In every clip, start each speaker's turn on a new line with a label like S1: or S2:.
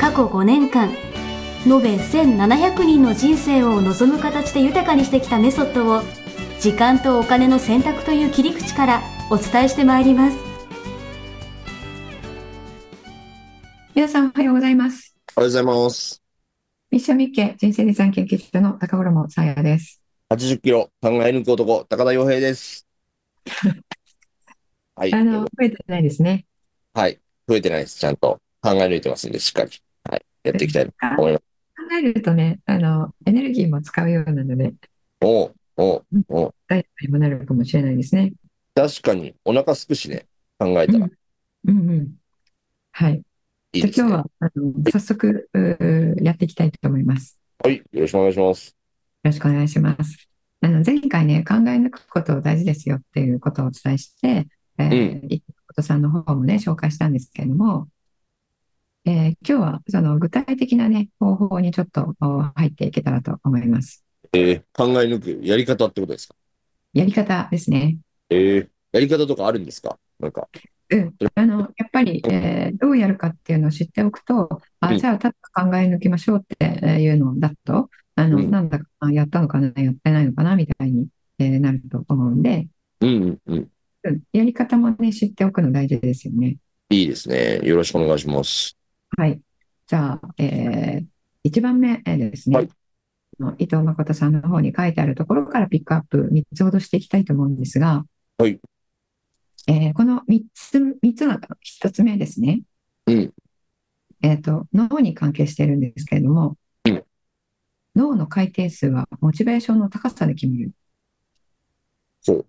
S1: 過去5年間延べ1700人の人生を望む形で豊かにしてきたメソッドを時間とお金の選択という切り口からお伝えしてまいります
S2: 皆さんおはようございます。
S3: おはようございます。
S2: ミッション日経人生デザイン研究所の高頃もさやです。
S3: 80キロ考え抜く男、高田洋 平です。はい。
S2: あの、増えてないですね。
S3: はい。増えてないです。ちゃんと考え抜いてますんで、しっかり。はい。やっていきたいと
S2: 考
S3: 思います。
S2: えるとね、あの、エネルギーも使うようなので、
S3: おうおうおう
S2: ダイエットにもなるかもしれないですね。
S3: 確かに、お腹すくしね、考えたらい
S2: うんうん。はい。
S3: い
S2: じゃあ今
S3: です
S2: 日
S3: ね。
S2: は、あの、早速、うーやっていきたいと思います。
S3: はい。よろしくお願いします。
S2: よろしくお願いします。あの、前回ね、考え抜くこと大事ですよっていうことをお伝えして、えー、いことさんの方もね、紹介したんですけれども、えー今日はその具体的なね、方法にちょっとお入っていけたらと思います。
S3: えー考え抜くやり方ってことですか
S2: やり方ですね。
S3: えーやり方とかあるんですかなんか。
S2: うん。あの、やっぱり、えーどうやるかっていうのを知っておくと、
S3: う
S2: あ、
S3: ん
S2: じゃあ、ただ考え抜きましょうっていうのだと、あの、
S3: うん
S2: なんだか、あやったのかな、やってないのかな、みたいにえーなると思うんで、
S3: うんうんうん。
S2: うんやり方もね、知っておくの大事ですよね。
S3: いいですね。よろしくお願いします。
S2: はい。じゃあ、えー、1番目えーですね。
S3: はい
S2: あの伊藤誠さんの方に書いてあるところからピックアップ3つほどしていきたいと思うんですが、
S3: はい
S2: えーこの3つ、3つの1つ目ですね。
S3: うん
S2: えっと、脳に関係しているんですけれども
S3: うん、
S2: 脳の回転数はモチベーションの高さで決める。
S3: ほう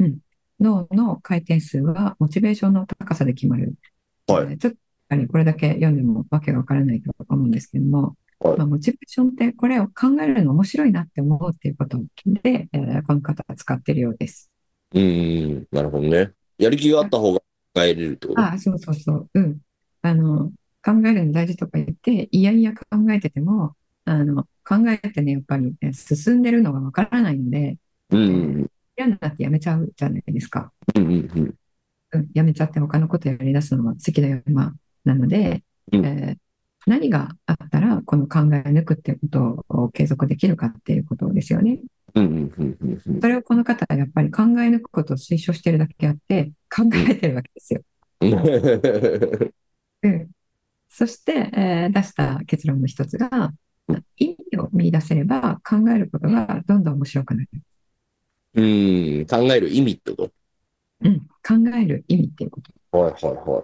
S2: うん。脳の回転数はモチベーションの高さで決まる。
S3: はい
S2: えーちょっとやっぱりこれだけ読んでもわけがわからないと思うんですけども、
S3: はい
S2: まあ、モチベーションってこれを考えるの面白いなって思うっていうことで、えーこの方は使ってるようです。
S3: うんうんうん。なるほどね。やる気があった方が考えれるってこと
S2: ああ、そうそうそう、うん。あの、考えるの大事とか言って、いやいや考えてても、あの、考えてね、やっぱり、ね、進んでるのがわからないので、
S3: うんうん
S2: 嫌になってやめちゃうじゃないですか。
S3: うん。うんうん
S2: う
S3: うん。
S2: ん、やめちゃって他のことやり出すのは関の山なので、
S3: うん
S2: えー何があったらこの考え抜くってことを継続できるかっていうことですよね。
S3: うんうんうんうんうん。
S2: それをこの方はやっぱり考え抜くことを推奨してるだけあって考えてるわけですよ。
S3: う
S2: うん、そして、えー出した結論の一つが
S3: うん
S2: 意味を見出せれば考えることがどんどん面白くなる。
S3: ん、考える意味ってこ
S2: うん、考える意味っていうこと。
S3: とはいはいは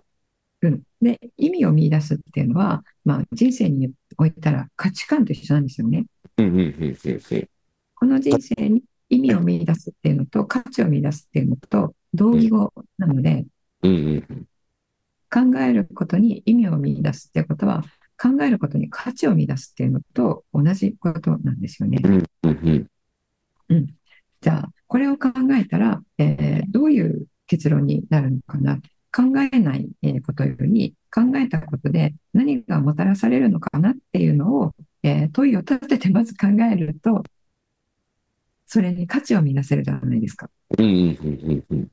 S2: うん、で意味を見出すっていうのは、まあ、人生においたら価値観と一緒なんですよね。
S3: い。うんうんうんうんうん。
S2: この人生に意味を見出すっていうのと価値を見出すっていうのと同義語なので
S3: うんうんうん。
S2: 考えることに意味を見出すっていうことは考えることに価値を見出すっていうのと同じことなんですよね。
S3: うんうん。
S2: じゃあこれを考えたら、えーどういう結論になるのかな考えないえーことより考えたことで何がもたらされるのかなっていうのを、えー問いを立ててまず考えるとそれに価値を見出せるじゃないですか。
S3: うんうんうんうんうん。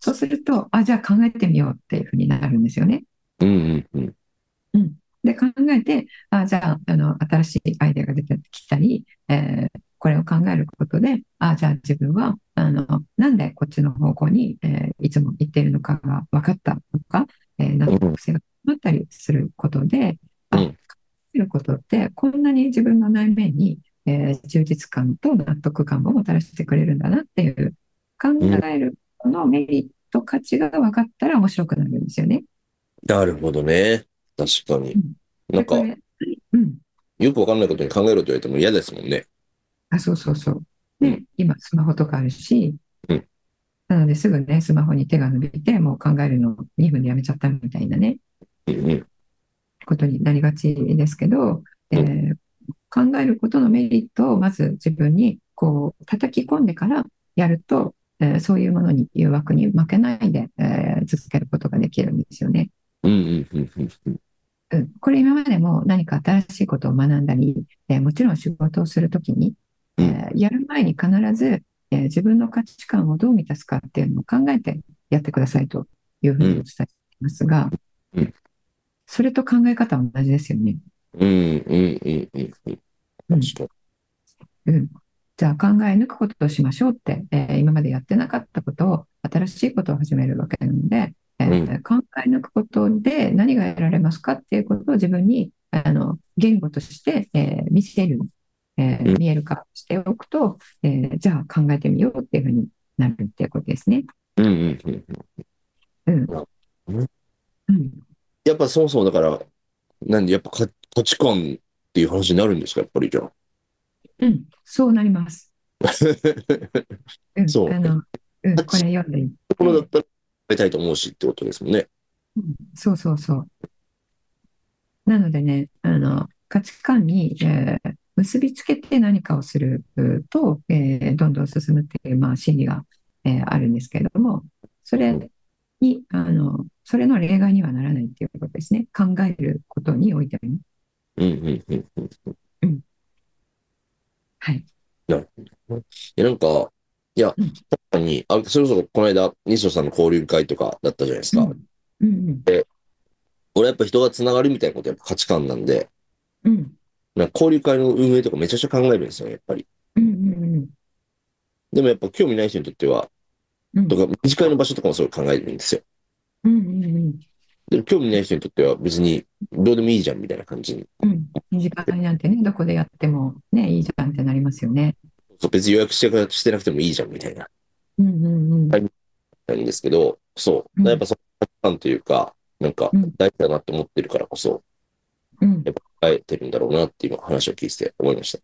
S2: そうすると、あ、じゃあ考えてみようっていうふうになるんですよね。
S3: うんうんうん。
S2: で、考えて、あ、じゃあ、あの、新しいアイデアが出てきたり、えーこれを考えることで、あ、じゃあ自分は、あの、なんでこっちの方向に、えーいつも行っているのかが分かったとか、えー納得性があったりすることで、あ、
S3: うん
S2: 考えることって、こんなに自分の内面に、えー充実感と納得感をもたらしてくれるんだなっていう、考えることのメリット、価値が分かったら面白くなるんですよね。
S3: なるほどね。確かに。なんか、
S2: でこれうん。
S3: よくわかんないことに考えろと言われても嫌ですもんね。
S2: あ、そうそうそう。
S3: う
S2: ね
S3: ん、
S2: 今スマホとかあるし
S3: うん、
S2: なのですぐね、スマホに手が伸びて、もう考えるの2分でやめちゃったみたいなね、
S3: うんうん。
S2: ことになりがちですけど、えー考えることのメリットをまず自分にこう叩き込んでからやると、えーそういうものに誘惑に負けないで、えー続けることができるんですよね。
S3: うんうんうんうんうん。
S2: うん、これ今までも何か新しいことを学んだり、えーもちろん仕事をするときに、
S3: うん
S2: えーやる前に必ず、えー自分の価値観をどう満たすかっていうのを考えてやってくださいというふうにお伝えしていますが、
S3: うんうん
S2: それと考え方は同じですよね。
S3: うんうんうんうんうん。
S2: うん
S3: 確かに
S2: うん、じゃあ考え抜くことをしましょうって、えー今までやってなかったことを新しいことを始めるわけなので、えー考え抜くことで何が得られますかっていうことを自分にあの言語として、えー見せる、えー
S3: うん
S2: 見える化しておくと、えーじゃあ考えてみようっていうふうになるっていうことですね。
S3: うんうんうんうん。
S2: うん
S3: うん
S2: うん、
S3: やっぱそもそもだから、なんでやっぱか価値観っていう話になるんですか、やっぱりじゃあ。
S2: うん、そうなります。うん、
S3: そう
S2: あの、うん、これ読んでいい
S3: ところだったら、やりたいと思うしってことですもんね。
S2: うんそうそうそう。なのでね、あの価値観に、えー結びつけて何かをするうと、えーどんどん進むっていう、まあ、心理が、えーあるんですけれども、それにあの、それの例外にはならないっていうことですね。考えることにおいてもね。
S3: うんうんうんうん。
S2: はい。
S3: いや、なんか、いや、
S2: うん
S3: 確かに、あ、それこそこの間、西野さんの交流会とかだったじゃないです
S2: う
S3: か。
S2: んうん
S3: 俺やっぱ人がつながるみたいなことやっぱ価値観なんで、
S2: うんうん
S3: なんか交流会の運営とかめちゃくちゃ考えるんですよね、やっぱり。
S2: うんうんうん
S3: でもやっぱ興味ない人にとっては、
S2: うん
S3: とか、二次会の場所とかもそう考えるんですよ。
S2: うんうんうん
S3: でも興味ない人にとっては別にどうでもいいじゃんみたいな感じに。
S2: うん二次会なんてね、どこでやってもね、いいじゃんってなりますよね。
S3: そう別に予約してしてなくてもいいじゃんみたいな。
S2: うんうんうん
S3: なんですけど、そうう。
S2: ん
S3: やっぱその価値観というか、なんか
S2: うん
S3: 大事だなって思ってるからこそ、
S2: うん
S3: やっぱ考えてるんだろうなって今話を聞いてて思いました。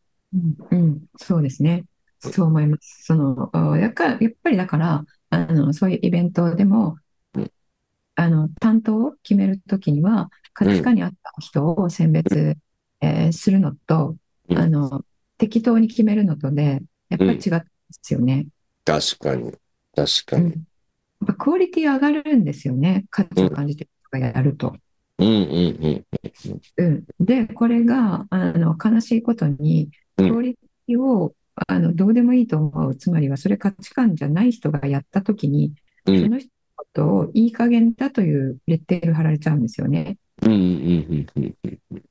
S2: うん、うんそうですね。そう思います。その、あやっかやっぱりだから、あの、そういうイベントでも
S3: うん、
S2: あの、担当を決めるときには、価値観に合った人を選別、えーするのと、
S3: うん
S2: あの、適当に決めるのとで、やっぱり違ってますよね。
S3: 確かに。確か
S2: うん。
S3: に
S2: や。っぱクオリティ上がるんですよね。価値を感じてる人がやると。
S3: うんうんうん。
S2: うん、で、これがあの悲しいことに、
S3: うん
S2: クオリティをあのどうでもいいと思う、つまりはそれ価値観じゃない人がやったときに、
S3: う
S2: そ
S3: ん
S2: の人のことをいい加減だというレッテル貼られちゃうんですよね。
S3: うんうんうんうんうん。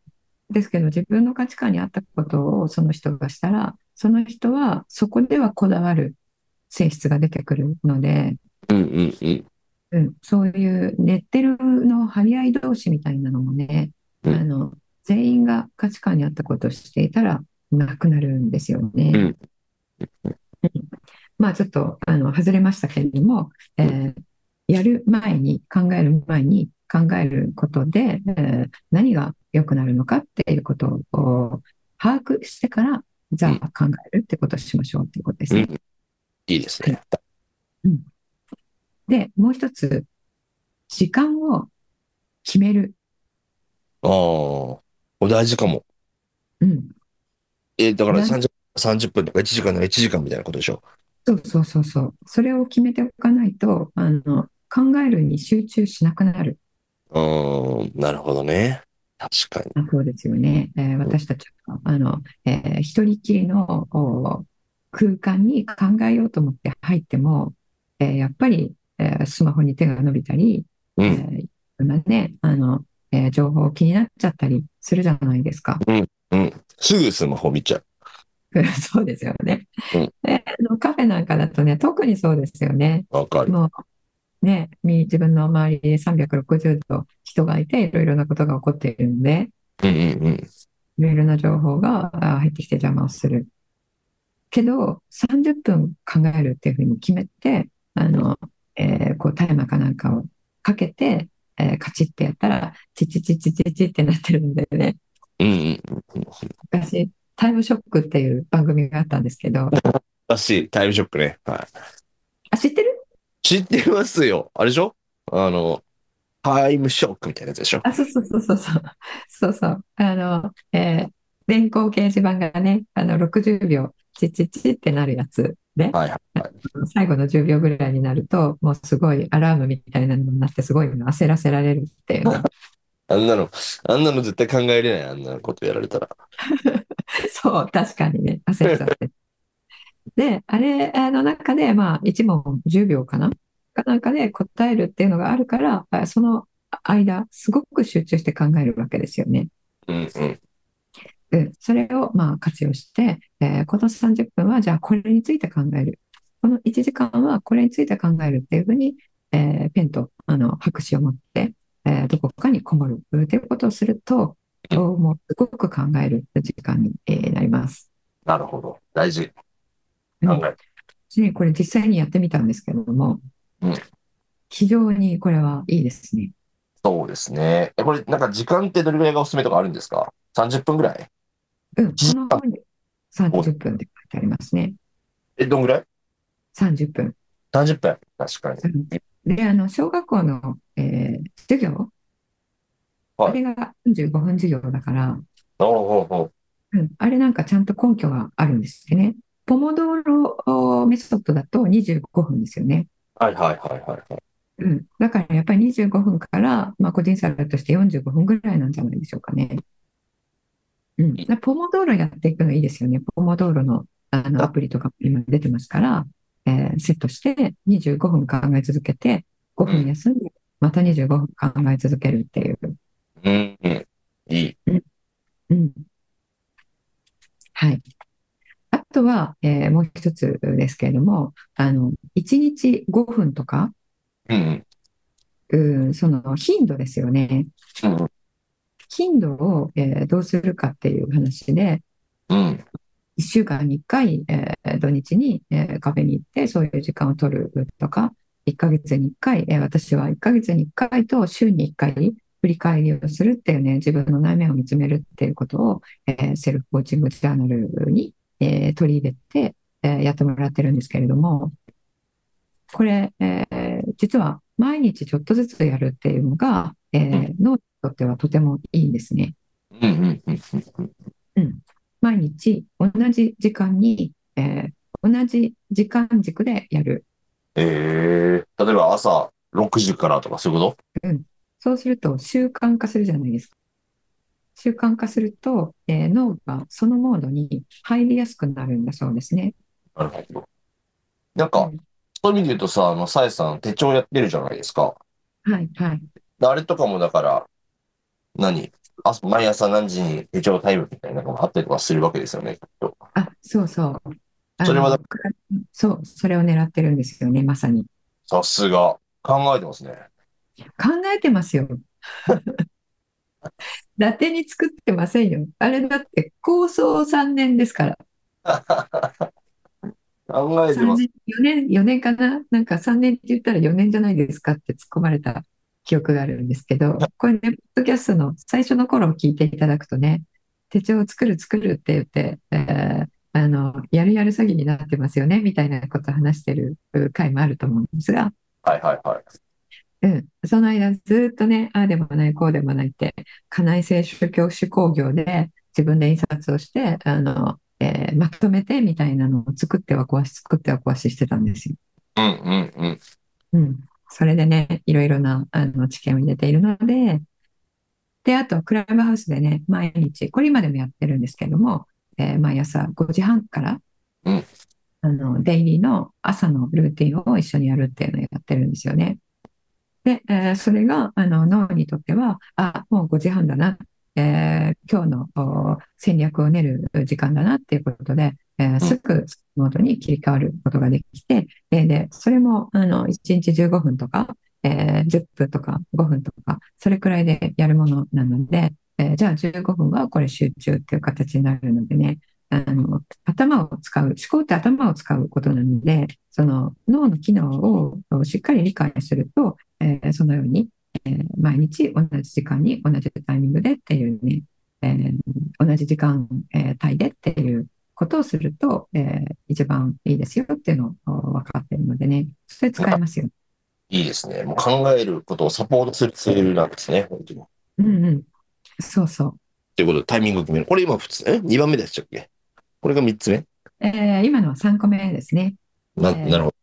S2: ですけど、自分の価値観に合ったことをその人がしたら、その人はそこではこだわる性質が出てくるので、
S3: うんうんうん。
S2: うん、そういうレッテルの張り合い同士みたいなのもね、あ
S3: うん
S2: の全員が価値観に合ったことをしていたらなくなるんですよね。
S3: うん
S2: うんまあちょっとあの外れましたけれども、えーやる前に考える前に考えることで、えー何が良くなるのかっていうことを把握してからじゃあ考えるってことをしましょうっていうことですね。
S3: うんいいですね。
S2: で、もう一つ、時間を決める。
S3: ああ、これ大事かも。
S2: うん。
S3: えーだから
S2: 大事
S3: 30、30分とか1時間とか1時間みたいなことでしょ。
S2: そうそうそうそう。それを決めておかないと、あの、考えるに集中しなくなる。
S3: うーん、なるほどね。確かに。
S2: そうですよね。えー私たちは、あの、えー一人きりのお空間に考えようと思って入っても、えーやっぱり、えースマホに手が伸びたり、
S3: う
S2: え
S3: ん、
S2: ーいろんなね、あの、えー情報気になっちゃったりするじゃないですか。
S3: うん。すぐスマホ見ちゃう。
S2: そうですよね。
S3: うん
S2: であのカフェなんかだとね、特にそうですよね。
S3: わかる。
S2: もうね、み自分の周りで360度人がいて、いろいろなことが起こっているので、
S3: うんうんうん。
S2: いろいろな情報があ入ってきて邪魔をする。けど、30分考えるっていうふうに決めて、あの、えーこう、タイマーかなんかをかけて、えーカチッってやったら、チチチチチチってなってるんでね。
S3: うんうん。
S2: 昔、タイムショックっていう番組があったんですけど、
S3: らしい。タイムショックね。はい。
S2: あ、知ってる
S3: 知ってますよ。あれでしょあの、タイムショックみたいなやつでしょ。
S2: あ、そうそうそうそうそう。そうそう。あの、えー電光掲示板がね、あの、60秒、チッチッチッってなるやつで、
S3: はいはいはい。
S2: 最後の10秒ぐらいになると、もうすごいアラームみたいなのになって、すごい焦らせられるっていうの。
S3: あんなの、あんなの絶対考えれない、あんなことやられたら。
S2: そう、確かにね、焦っちゃって。で、あれあの中で、まあ、1問10秒かなかなんかで答えるっていうのがあるから、あその間、すごく集中して考えるわけですよね。
S3: うんうん。
S2: うんそれをまあ活用して、えーこの30分はじゃあこれについて考える。この1時間はこれについて考えるっていうふうに、えーペンとあの白紙を持って、えーどこかにこもるっていうことをすると、おもうすごく考える時間に、えーなります。
S3: なるほど。大事。
S2: うん
S3: 考える。
S2: でこれ実際にやってみたんですけれども
S3: うん、
S2: 非常にこれはいいですね。
S3: そうですね。えこれ、なんか時間ってどれぐらいがおすすめとかあるんですか ?30 分ぐらい
S2: うん、この本に30分って書いてありますね。
S3: え、どんぐらい
S2: 30分。
S3: ?30 分。確かに。
S2: で、あの、小学校の、えー授業、
S3: はい
S2: あれが45分授業だから、
S3: おうおうおう
S2: うんあれなんかちゃんと根拠があるんですよね。ポモドーロおメソッドだと25分ですよね。
S3: はいはいはいはいはい。
S2: うん。だからやっぱり25分から、まあ、個人差として45分ぐらいなんじゃないでしょうかね。うん。だからポモドーロやっていくのいいですよね。ポモドーロの、あのアプリとかも今出てますから、えーセットして25分考え続けて、5分休んで、また25分考え続けるっていう。
S3: うんうん。いい。
S2: うん。はい。あとは、えーもう一つですけれども、あの、1日5分とか、
S3: うんうん。
S2: うん、その頻度ですよね。
S3: うん
S2: 頻度を、えーどうするかっていう話で、
S3: うん。
S2: 1週間に1回、えー土日に、えーカフェに行って、そういう時間を取るとか、1ヶ月に1回、えー私は1ヶ月に1回と週に1回、振り返りをするっていうね、自分の内面を見つめるっていうことを、えーセルフコーチングジャーナルに、えー取り入れて、えーやってもらってるんですけれども、これ、えー実は毎日ちょっとずつやるっていうのが、えー脳にとってはとてもいいんですね。
S3: うんうんうんうんうん。
S2: 毎日同じ時間に、えー同じ時間軸でやる。
S3: ええ例えば朝6時からとかそういうこ
S2: そうすると習慣化するじゃないですか。習慣化すると、えー脳がそのモードに入りやすくなるんだそうですね。
S3: となるほど。なんか、そういう意味で言うとさ、あの、さえさん手帳やってるじゃないですか。
S2: はいはい。
S3: あれとかもだから、何あ毎朝何時に手帳タイムみたいなのがあったりとかするわけですよね、きっと。
S2: あ、そうそう。あの
S3: それはだ
S2: そう、それを狙ってるんですよね、まさに。
S3: さすが。考えてますね。
S2: 考えてますよ。 伊達に作ってませんよ。あれだって構想3年ですから。
S3: 考えて
S2: 3
S3: ます。
S2: 年、4年、4年かななんか3年って言ったら4年じゃないですかって突っ込まれた記憶があるんですけど、これね、ポッドキャストの最初の頃を聞いていただくとね、手帳を作る作るって言って、えーあの、やるやる詐欺になってますよね、みたいなことを話してるう回もあると思うんですが、
S3: はいはいはい。
S2: うん、その間ずっとね、ああでもない、こうでもないって、家内製宗教手工業で自分で印刷をして、あの、えーまとめてみたいなのを作っては壊し、作っては壊ししてたんですよ。
S3: うんうんうん。
S2: うん。それでね、いろいろな、あの、知見を入れているので、で、あと、クラブハウスでね、毎日、これ今でもやってるんですけども、えー毎朝5時半から、
S3: うん
S2: あの、デイリーの朝のルーティンを一緒にやるっていうのをやってるんですよね。で、えーそれが、あの、脳にとっては、あ、もう5時半だな、えー今日のお戦略を練る時間だなっていうことで、えーすぐ、モードに切り替わることができて、で、で、それも、あの、1日15分とか、えー10分とか5分とか、それくらいでやるものなので、えーじゃあ15分はこれ集中っていう形になるのでね、あの、頭を使う、思考って頭を使うことなので、その脳の機能をしっかり理解すると、えーそのように、えー毎日同じ時間に同じタイミングでっていうね、えー同じ時間、えー帯でっていうことをすると、えー一番いいですよっていうのをお分かっているのでね、それ使えますよ。
S3: いいですね。もう考えることをサポートするツールなんですね、本当に。っ
S2: うんうん。そうそう。
S3: ていうことで、タイミングを決める。これ今普通、え ?2 番目でしたっけこれが3つ目
S2: えー今のは3個目ですね。
S3: な
S2: えー
S3: なるほ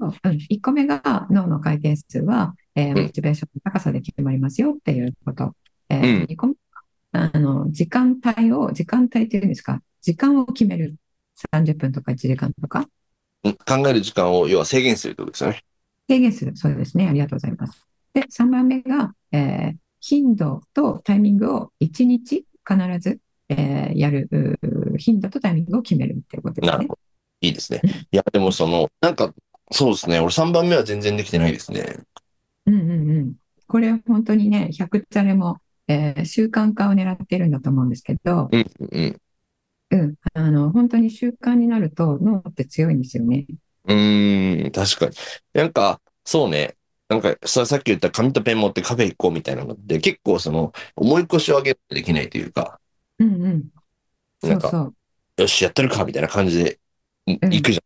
S3: ど。
S2: うん、1個目が脳の回転数は、えー
S3: うん
S2: モチベーションの高さで決まりますよっていうこと。え
S3: うん
S2: 2個目はあの、時間帯を、時間帯っていうんですか、時間を決める。30分とか1時間とか、
S3: うん考える時間を、要は制限するってことですよね。
S2: 制限する。そうですね。ありがとうございます。で、3番目が、えー頻度とタイミングを1日必ず、えーやる、うー頻度とタイミングを決めるっていうことで
S3: な
S2: す
S3: る
S2: ね
S3: ほ。ど。いいですね。いや、でもその、なんか、そうですね。俺3番目は全然できてないですね。
S2: うんうんうん。これ本当にね、100チャレも、えー習慣化を狙ってるんだと思うんですけど、
S3: うん、うん。
S2: うん、あの、本当に習慣になると脳って強いんですよね。
S3: うーん、確かに。なんか、そうね。なんか、さ、さっき言った紙とペン持ってカフェ行こうみたいなのって、結構その、思い越しを上げるとできないというか、
S2: うんうん。
S3: な
S2: そう
S3: んか、
S2: そう。
S3: よし、やってるかみたいな感じで、ん
S2: うん
S3: 行くじゃん。だか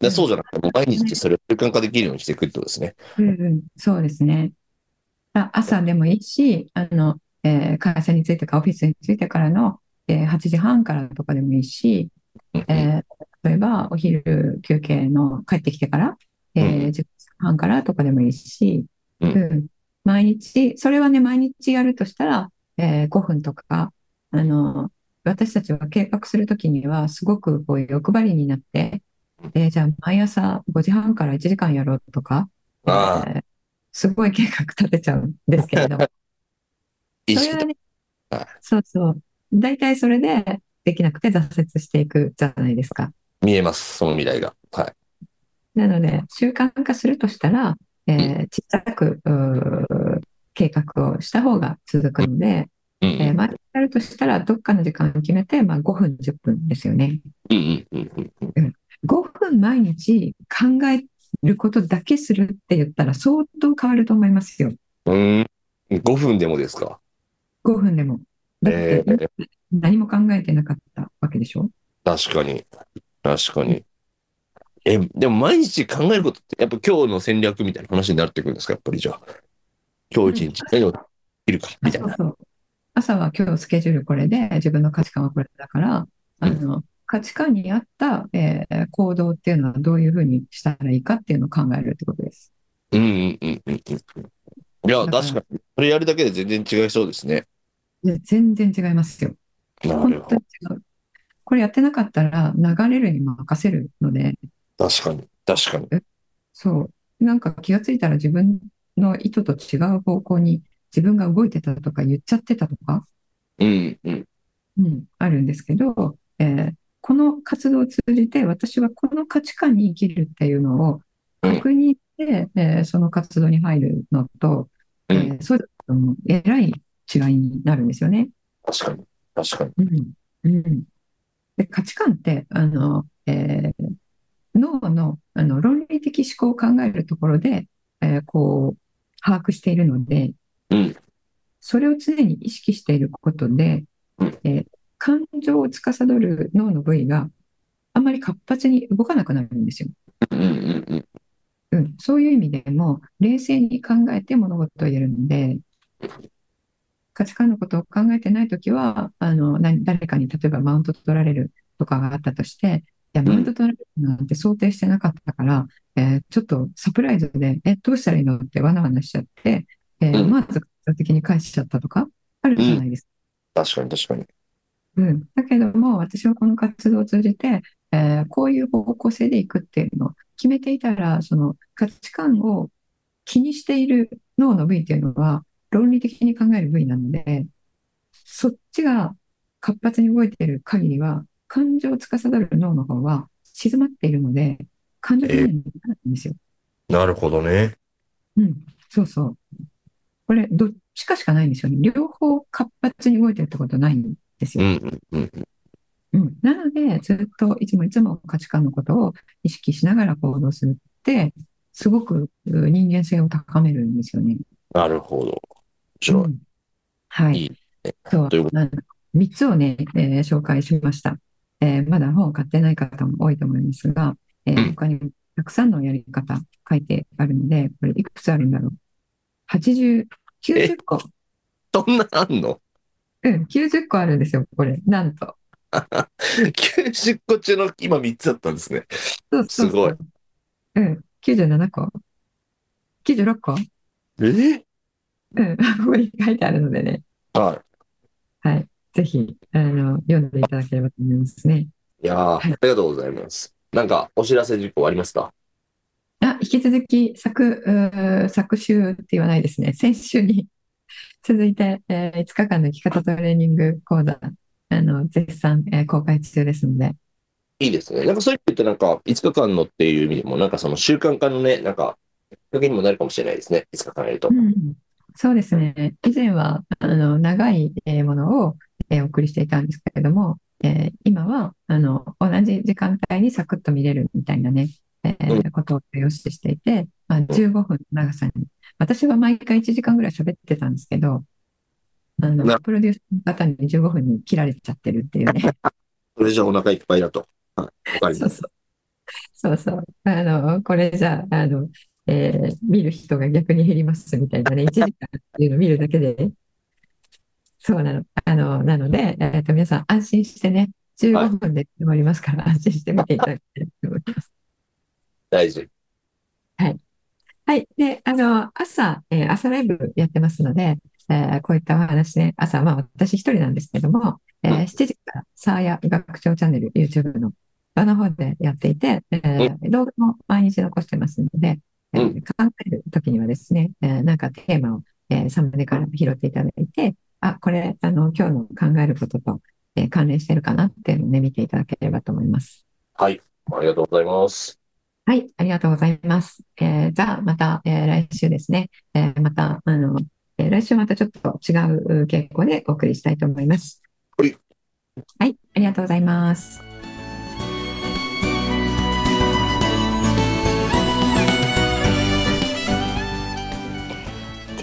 S3: らそうじゃなくて、もう毎
S2: ね
S3: 日それを習慣化できるようにしていくってことですね。
S2: うんうん。そうですね。あ、朝でもいいし、あの、えー会社に着いてからオフィスに着いてからの、えー8時半からとかでもいいし、
S3: うんうん
S2: えー例えばお昼休憩の帰ってきてから、え
S3: うん
S2: ー10時半からとかでもいいし、
S3: うん
S2: うん毎日、それはね、毎日やるとしたら、えー5分とか、あの、私たちは計画するときには、すごくこう欲張りになって、えーじゃあ毎朝5時半から1時間やろうとか、
S3: ああ、
S2: えーすごい計画立てちゃうんですけれ ども、
S3: 意
S2: それ
S3: 識
S2: は
S3: と。
S2: ね
S3: はい、
S2: そうそう、大体それでできなくて挫折していくじゃないですか。
S3: 見えます、その未来が。はい。
S2: なので、習慣化するとしたら、えー小さくうー計画をした方が続くので、
S3: うん
S2: えー毎日やるとしたら、どっかの時間を決めて、まあ、5分、10分ですよね。
S3: うん、うん、うん、うんうん。
S2: 5分毎日考えることだけするって言ったら、相当変わると思いますよ。
S3: うーん、5分でもですか。
S2: 5分でも。だって
S3: え、ー
S2: 何も考えてなかったわけでしょ
S3: 確かに。確かに。え、でも毎日考えることって、やっぱ今日の戦略みたいな話になってくるんですか、やっぱりじゃあ。今日一日何をできるか、みたい
S2: そう
S3: な。
S2: そう。朝は今日スケジュールこれで、自分の価値観はこれだから、あの、価値観に合った、えー行動っていうのはどういうふうにしたらいいかっていうのを考えるってことです。
S3: うんうんうんうんうん。いや、
S2: だから
S3: 確かに。それやるだけで全然違いそうですね。
S2: で全然違いますよ。
S3: な
S2: 本
S3: るほ
S2: 当に違う。これやってなかったら流れるに任せるので、
S3: ど。確かに。確かに。
S2: そう。なんか気がついたら自分の意図と違う方向に自分が動いてたとか言っちゃってたとか、
S3: うんうん。
S2: うん、あるんですけど、えーこの活動を通じて私はこの価値観に生きるっていうのを確認して、えーその活動に入るのと、
S3: う
S2: え
S3: ん。
S2: ーそうだともえらい違いになるんですよね。
S3: 確かに。確かに。
S2: うんうん、で価値観ってあの、えー脳の、あの論理的思考を考えるところで、えーこう把握しているので、
S3: うん
S2: それを常に意識していることで、
S3: うん
S2: えー感情を司る脳の部位があんまり活発に動かなくなるんですよ。
S3: うんうん
S2: う
S3: うん。
S2: ん、そういう意味でも冷静に考えて物事を言えるので価値観のことを考えてない時はあの何誰かに例えばマウント取られるとかがあったとしていやマウント取られるなんて想定してなかったから、えーちょっとサプライズでえどうしたらいいのってわなわなしちゃって、えー
S3: うん
S2: まず感情的に返しちゃったとかあるじゃないですか。
S3: 確かに確かに。
S2: うん、だけども私はこの活動を通じて、えーこういう方向性でいくっていうのを決めていたらその価値観を気にしている脳の部位っていうのは論理的に考える部位なのでそっちが活発に動いている限りは感情を司る脳の方は静まっているので感情的にならないんですよ。
S3: なるほどね。
S2: うん、そうそう。これどっちかしかないんですよね。両方活発に動いてるってことないんですよ
S3: うんうんうんうん。
S2: うん、なので、ずっといつもいつも価値観のことを意識しながら行動するって、すごくう人間性を高めるんですよね。
S3: なるほど。面白
S2: う
S3: い。
S2: んはい。
S3: いいね
S2: 今
S3: と
S2: 日
S3: いう
S2: は
S3: こ
S2: 3つをね、えー紹介しました。えーまだ本を買ってない方も多いと思いますが、えー
S3: うん
S2: 他にもたくさんのやり方書いてあるので、これいくつあるんだろう。80、90個。
S3: どんなあんの
S2: うん、90個あるんですよ、これ。なんと。
S3: ?90 個中の今3つだったんですね。
S2: そうそうそう
S3: すごい。
S2: うん、97個 ?96 個
S3: え
S2: うん、 ここに書いてあるのでね、
S3: は
S2: はい。ぜひ、あの、読んでいただければと思いますね。
S3: い。いやーありがとうございます。なんか、お知らせ事項ありますか
S2: あ、引き続き、作、うー作集って言わないですね。 先週に続いて、えー5日間の生き方トレーニング講座、あの、絶賛、えー公開中ですので、
S3: いいですね。なんかそういうのってなんか、5日間のっていう意味でも、なんかその習慣化のね、なんか、きっかけにもなるかもしれないですね。5日間やると
S2: う。ん、そうですね。以前はあの長いえーものをえーお送りしていたんですけれども、えー今はあの同じ時間帯にサクッと見れるみたいなね、えーことを良しとしていて、まあ、15分の長さに。私は毎回1時間ぐらい喋ってたんですけど、あ
S3: な
S2: のプロデュースの方に15分に切られちゃってるっていうね。
S3: それじゃお腹いっぱいだと。はい。わかり
S2: そ
S3: ま
S2: う
S3: す。
S2: そう。そうそう。あの、これじゃあ、あの、えー見る人が逆に減りますみたいなね、1時間っ ていうのを見るだけで、そうなの。あの、なので、えっと、皆さん安心してね、
S3: はい
S2: 15分で終わりますから、安心して見ていただきたいと思います。
S3: 大事。
S2: はい。で、あの、朝、えー朝ライブやってますので、えーこういったお話ね、朝、まあ私一人なんですけども、えー
S3: うん
S2: 7時から、サーヤ学長チャンネル、YouTube の場の方でやっていて、えー動画も毎日残してますので、えー
S3: う
S2: 考えるときにはですね、えーなんかテーマを、えーサムネから拾っていただいて、あ、これ、あの、今日の考えることと、えー関連してるかなっていうのをね、見ていただければと思います。
S3: はい。ありがとうございます。
S2: はい、ありがとうございます。えーじゃあ、また、えー来週ですね。えーまた、あの、えー来週またちょっと違う傾向でお送りしたいと思います。
S3: はい。
S2: はい、ありがとうございます。